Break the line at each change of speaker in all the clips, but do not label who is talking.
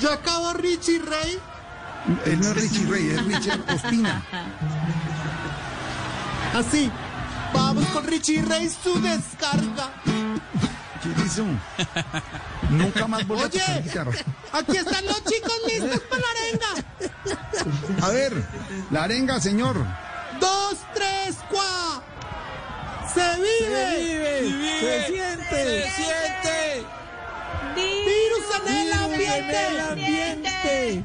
Ya acabó Richie Ray.
Él no es Richie Ray, es Richard Ospina.
Así. Vamos con Richie Ray, su descarga.
¿Qué hizo? Nunca más volvió a
Oye,
tocar guitarra.
aquí están los chicos listos para la arenga.
A ver, la arenga, señor.
Dos, tres, cuá. Se vive.
Se siente. Se siente.
Virus en el
El
ambiente.
ambiente.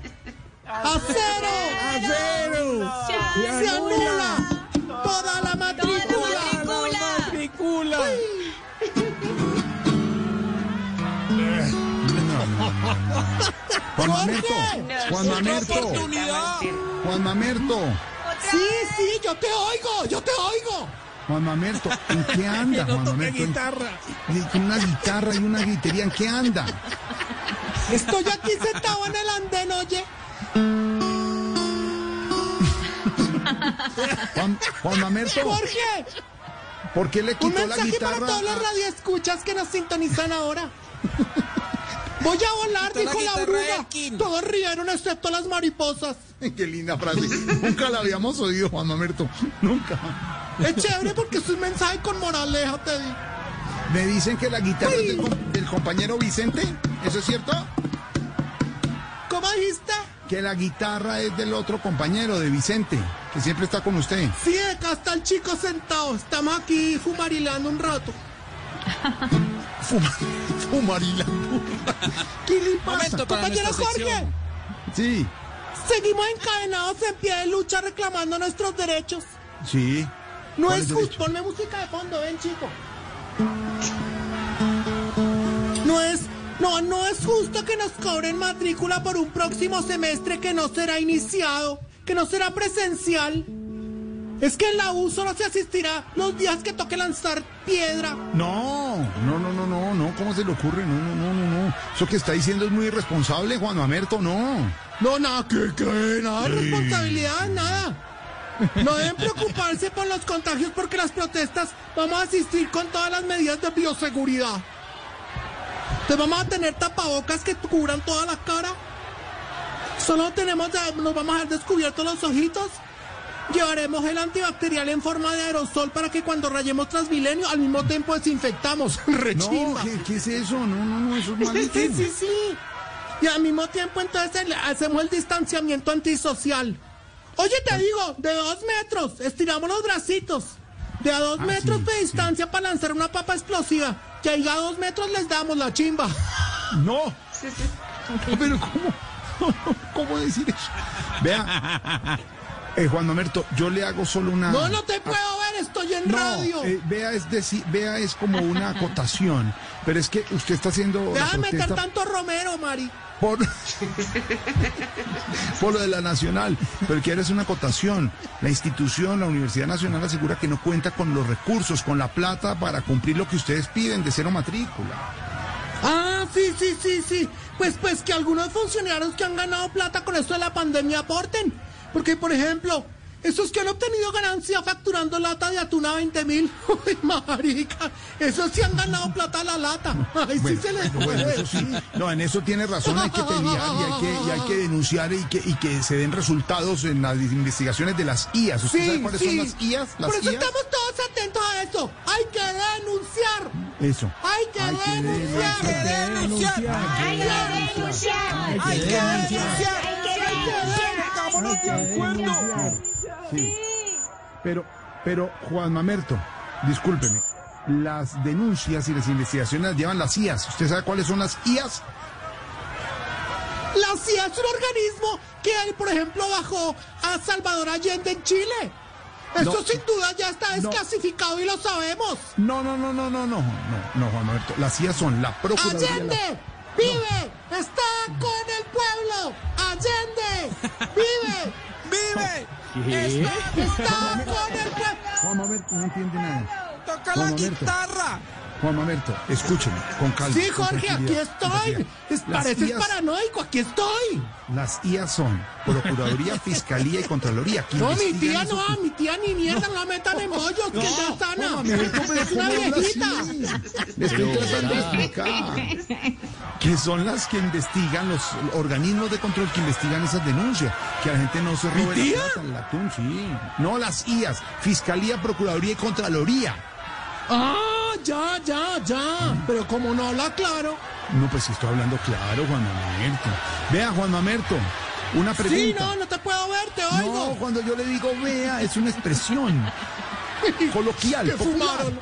A cero.
Acero.
Se anula toda la matrícula.
Matricula.
Juan Mamerto.
Jorge.
Juan Mamerto.
Oportunidad.
Juan Mamerto.
Sí, sí, yo te oigo, yo te oigo.
Juan Mamerto. ¿En qué anda, Juan Mamerto? ¿En-
guitarra.
en- Con una guitarra y una gritería. ¿En qué anda?
Estoy aquí sentado en el andén, oye.
Juan, Juan Mamerto.
Jorge,
¿Por qué le
un
quitó la
mensaje para
guitarra? ah.
todos los radioescuchas que nos sintonizan ahora. Voy a volar,
Quitó la
dijo la
guitarra
oruga.
Elkin.
Todos rieron excepto las mariposas.
Qué linda frase. Nunca la habíamos oído, Juan Mamerto. Nunca.
Es chévere porque es un mensaje con moraleja, te digo.
Me dicen que la guitarra es del, com- del compañero Vicente. ¿Eso es cierto?
¿Cómo dijiste?
Que la guitarra es del otro compañero, de Vicente, que siempre está con usted.
Sí, acá está el chico sentado. Estamos aquí fumarilando un rato.
Fuma- Fumarila.
¿Qué le pasa?
Momento para
Compañero
nuestra
Jorge,
sección.
Sí,
seguimos encadenados en pie de lucha reclamando nuestros derechos.
sí.
No
¿Cuál
es
el
justo.
derecho?
Ponme música de fondo, ven, chico. No es. No, no es justo que nos cobren matrícula por un próximo semestre que no será iniciado, que no será presencial. Es que en la U solo se asistirá los días que toque lanzar piedra.
No, no, no, no, no, no. ¿Cómo se le ocurre? No, no, no, no, no. Eso que está diciendo es muy irresponsable, Juan Mamerto, no.
No, nada, que, que, nada de responsabilidad, nada. No deben preocuparse por los contagios porque las protestas vamos a asistir con todas las medidas de bioseguridad. Entonces vamos a tener tapabocas que cubran toda la cara. Solo tenemos, ya- nos vamos a dejar descubiertos los ojitos. Llevaremos el antibacterial en forma de aerosol para que cuando rayemos Transmilenio al mismo tiempo desinfectamos.
No,
Rechimba.
¿qué, qué es eso? No, no, no, eso es
Sí,
malísimo.
sí, sí, sí. Y al mismo tiempo entonces el- hacemos el distanciamiento antisocial. Oye,
Ah.
te digo, de dos metros, estiramos los bracitos. De a dos
Ah,
metros
sí,
de
sí.
distancia para lanzar una papa explosiva. Que ahí a dos metros les damos la chimba.
Ah. No. Ah, Pero ¿cómo? ¿Cómo decir eso? Vea, eh, Juan Mamerto, yo le hago solo una...
No, no te puedo ver, estoy en
No,
radio.
eh, vea, es deci- vea es como una acotación, pero es que usted está haciendo la
Deja de meter
protesta
tanto romero, Mari.
por... por lo de la Nacional, pero quiero hacer una acotación. La institución, la Universidad Nacional asegura que no cuenta con los recursos, con la plata para cumplir lo que ustedes piden de cero matrícula.
Ah, sí, sí, sí, sí. Pues, pues que algunos funcionarios que han ganado plata con esto de la pandemia aporten. Porque, por ejemplo, esos que han obtenido ganancia facturando lata de atún a 20 mil. Uy, marica. Esos sí han ganado plata a la lata. Ay,
Bueno,
sí se les
bueno,
puede.
eso sí. No, en eso tiene razón, hay que pelear y hay que, y hay que denunciar y que, y que se den resultados en las investigaciones de las IAS. ¿Usted sabe
Sí,
cuáles son
sí.
las IAS? Las
Por eso
IAS?
estamos todos atentos a eso. Hay que denunciar.
Eso.
Hay que denunciar.
Hay que denunciar.
Hay que denunciar.
Hay que denunciar.
Vámonos de acuerdo.
Sí. Pero, pero, Juan Mamerto, discúlpeme. Las denuncias y las investigaciones las llevan las IAS. ¿Usted sabe cuáles son las IAS?
La CIA es un organismo que, por ejemplo, bajó a Salvador Allende en Chile. Eso
No.
sin duda ya está
No.
desclasificado y lo sabemos.
No, no, no, no, no, no, no, no, Juan Mamerto. Las IAS son la Procuraduría. la-
Allende vive, está con el pueblo. Allende vive,
Vive.
está con el pueblo.
Juan Mamerto no entiende nada.
Toca
Juan
la
Mamerto.
guitarra.
Juan Mamerto, escúcheme, con calma.
Sí,
con
Jorge, aquí
tranquilidad, con
estoy.
tranquilidad.
Es-
Las
Pareces
IAs
paranoico, aquí estoy.
Las IA son Procuraduría, Fiscalía y Contraloría. que
No, mi
investigan
tía
esos-
no, a mi tía ni mierda, no la metan en bollos, que ya están.
Juan Mamerto, pero
Es una
¿cómo habla
viejita.
así? Le estoy tratando de explicar. Que son las que investigan, los organismos de control que investigan esas denuncias. Que la gente no se robe
tía?
la plata, el atún, sí. No las IAS, Fiscalía, Procuraduría y Contraloría.
Ah, ya, ya, ya. Pero como no habla claro.
No, pues estoy hablando claro, Juan Mamerto. Vea, Juan Mamerto, una
Sí,
pregunta.
no, no te puedo ver, te
No,
oigo.
cuando yo le digo vea, es una expresión coloquial.
Que
popular.
fumaron.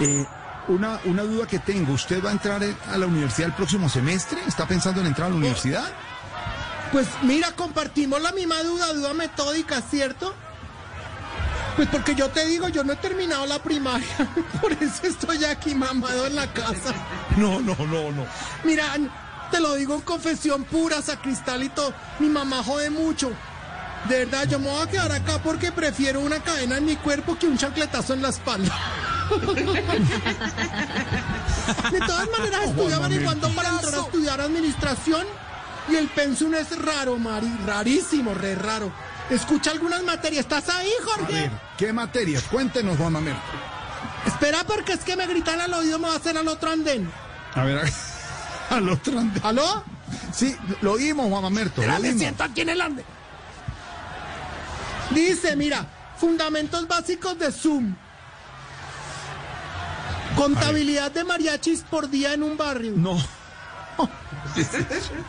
Eh, una, una duda que tengo, ¿usted va a entrar en- a la universidad el próximo semestre? ¿Está pensando en entrar a la universidad?
Pues mira, compartimos la misma duda, duda metódica, ¿cierto? Pues porque yo te digo, yo no he terminado la primaria, por eso estoy aquí mamado en la casa.
No, no, no, no.
Mira, te lo digo en confesión pura, sacristalito, mi mamá jode mucho. De verdad, yo me voy a quedar acá porque prefiero una cadena en mi cuerpo que un chancletazo en la espalda. De todas maneras, estuve averiguando para entrar a estudiar administración y el pensum es raro, Mari, rarísimo, re raro. Escucha algunas materias. ¿Estás ahí,
A
Jorge?
ver, ¿qué materias? Cuéntenos, Juan Mamerto.
Espera porque es que me gritan al oído, me va a hacer al otro andén.
A ver, a los trans-
¿Aló?
Sí, lo oímos, Juan Mamerto.
Mira,
Lo
me
oímos.
siento aquí en el ande. Dice, mira, fundamentos básicos de Zoom. Contabilidad de mariachis por día en un barrio.
No,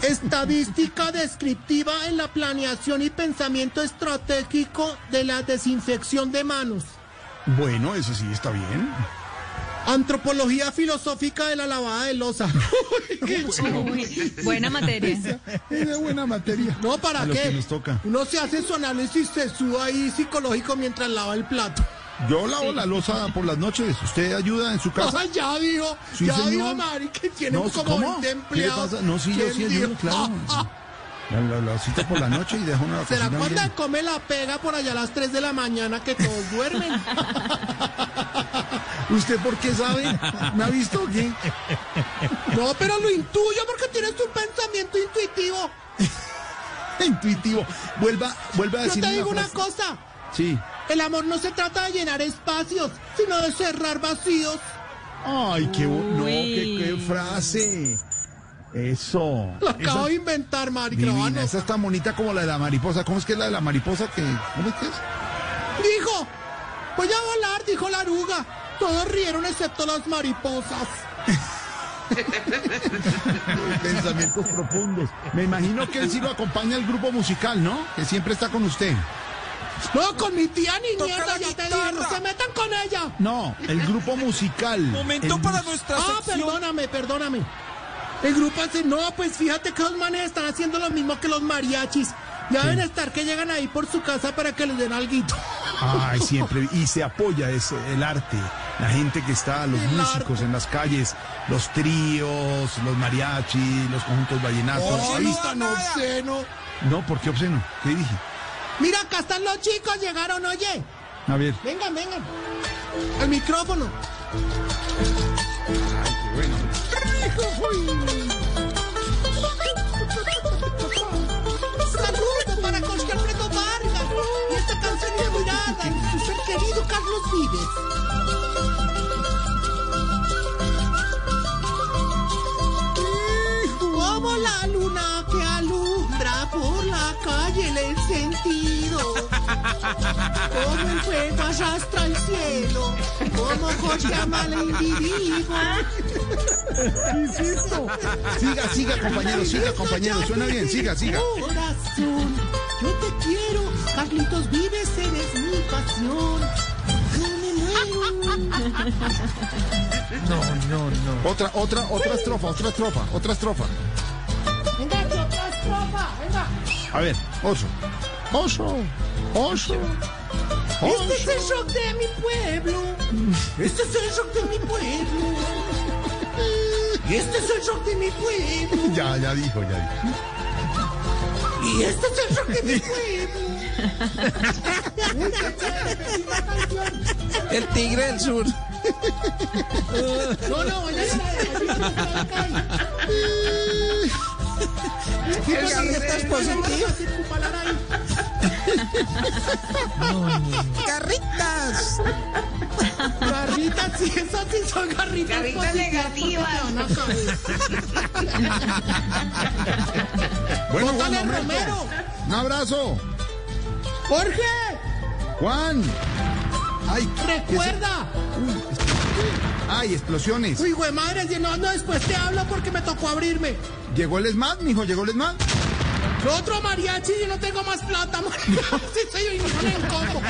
Estadística descriptiva en la planeación y pensamiento estratégico de la desinfección de manos.
bueno, eso sí está bien.
Antropología filosófica de la lavada de losa.
Buena materia.
Es buena materia.
No, ¿para
A lo
qué?
que nos toca.
Uno se hace su análisis sesudo ahí psicológico mientras lava el plato.
Yo lavo la losa por las noches. ¿Usted ayuda en su casa?
Ay, ya dijo,
Sí,
ya
señor.
dijo Mari que tiene
No,
como
¿cómo?
20
¿Qué le
empleados.
pasa? No, sí, yo
¿Quién
sí ayudo,
dijo?
claro.
Ah,
La, la, la cita por la noche y dejo una
ah, Será
cocina
cuando
bien.
come la pega por allá a las 3 de la mañana que todos duermen.
¿Usted por qué sabe? ¿Me ha visto o qué?
No, pero lo intuyo porque tienes un pensamiento intuitivo.
Ah, Intuitivo. Vuelva, vuelva a
Yo
decir
te digo una
frase.
cosa,
Sí.
el amor no se trata de llenar espacios, sino de cerrar vacíos.
Ay, qué bo- no, qué, qué
Uy.
frase. Eso.
Lo acabo
Esa,
de inventar, Mari.
divina,
Gravano.
esa es tan bonita como la de la mariposa. ¿Cómo es que es la de la mariposa que cómo es que es?
Dijo, voy a volar, dijo la aruga. Todos rieron excepto las mariposas.
Pensamientos profundos. Me imagino que él sí lo acompaña al grupo musical, ¿no? Que siempre está con usted.
No, con mi tía ni
Toca
mierda,
la
ya te
guitarra.
dije, no se metan con ella.
No, el grupo musical.
Momento
El-
para nuestra
Ah,
sección.
perdóname, perdóname. El grupo hace, no, pues fíjate que los manes están haciendo lo mismo que los mariachis. Ya deben estar que llegan ahí por su casa para que les den alguito.
Ay, siempre. Y se apoya ese, el arte. La gente que está, los
El
músicos en las calles, los tríos, los mariachis, los conjuntos vallenatos.
Oye,
Ahí
no,
está.
nada.
obsceno.
No, ¿por qué obsceno? ¿Qué dije?
Mira, acá están los chicos, llegaron, oye.
A ver.
Vengan, vengan. Al micrófono. Saludos para Jorge Alfredo Vargas. Y esta canción es mirada de su ser querido Carlos Vives. Como la luna que alumbra por la calle el sentido. Como el fuego arrastra el cielo. Como Jorge ama al individuo. Ah.
Siga, siga, compañero, siga, compañero. Suena bien, siga, siga.
Corazón, yo te quiero, Carlitos Vives, eres mi pasión. Yo me muero.
Otra, otra, otra estrofa, otra estrofa, otra estrofa.
Venga, chocas, tropa, venga.
A ver, oso. Oso. Oso.
Este es el rock de mi pueblo. Este es el rock de mi pueblo. Y este es el rock de mi pueblo.
Ya, ya dijo, ya dijo.
Y este es el rock de mi pueblo.
El tigre del sur.
No, no, vaya
¿Estás positivo? ¡Carritas!
Garritas, sí, esas sí son garritas.
Garritas
positivas, porque te
negativas.
van a caer.
Bueno, Juan
Bótale,
Alberto,
Romero.
Un abrazo.
Jorge,
Juan. Ay,
recuerda.
ay, explosiones.
Uy, güey, madre, si no, no, después te hablo porque me tocó abrirme.
Llegó el SMAT, mijo, llegó el SMAT.
Yo otro mariachi, yo no tengo más plata, mariachi. Sí, soy un hijo de un combo.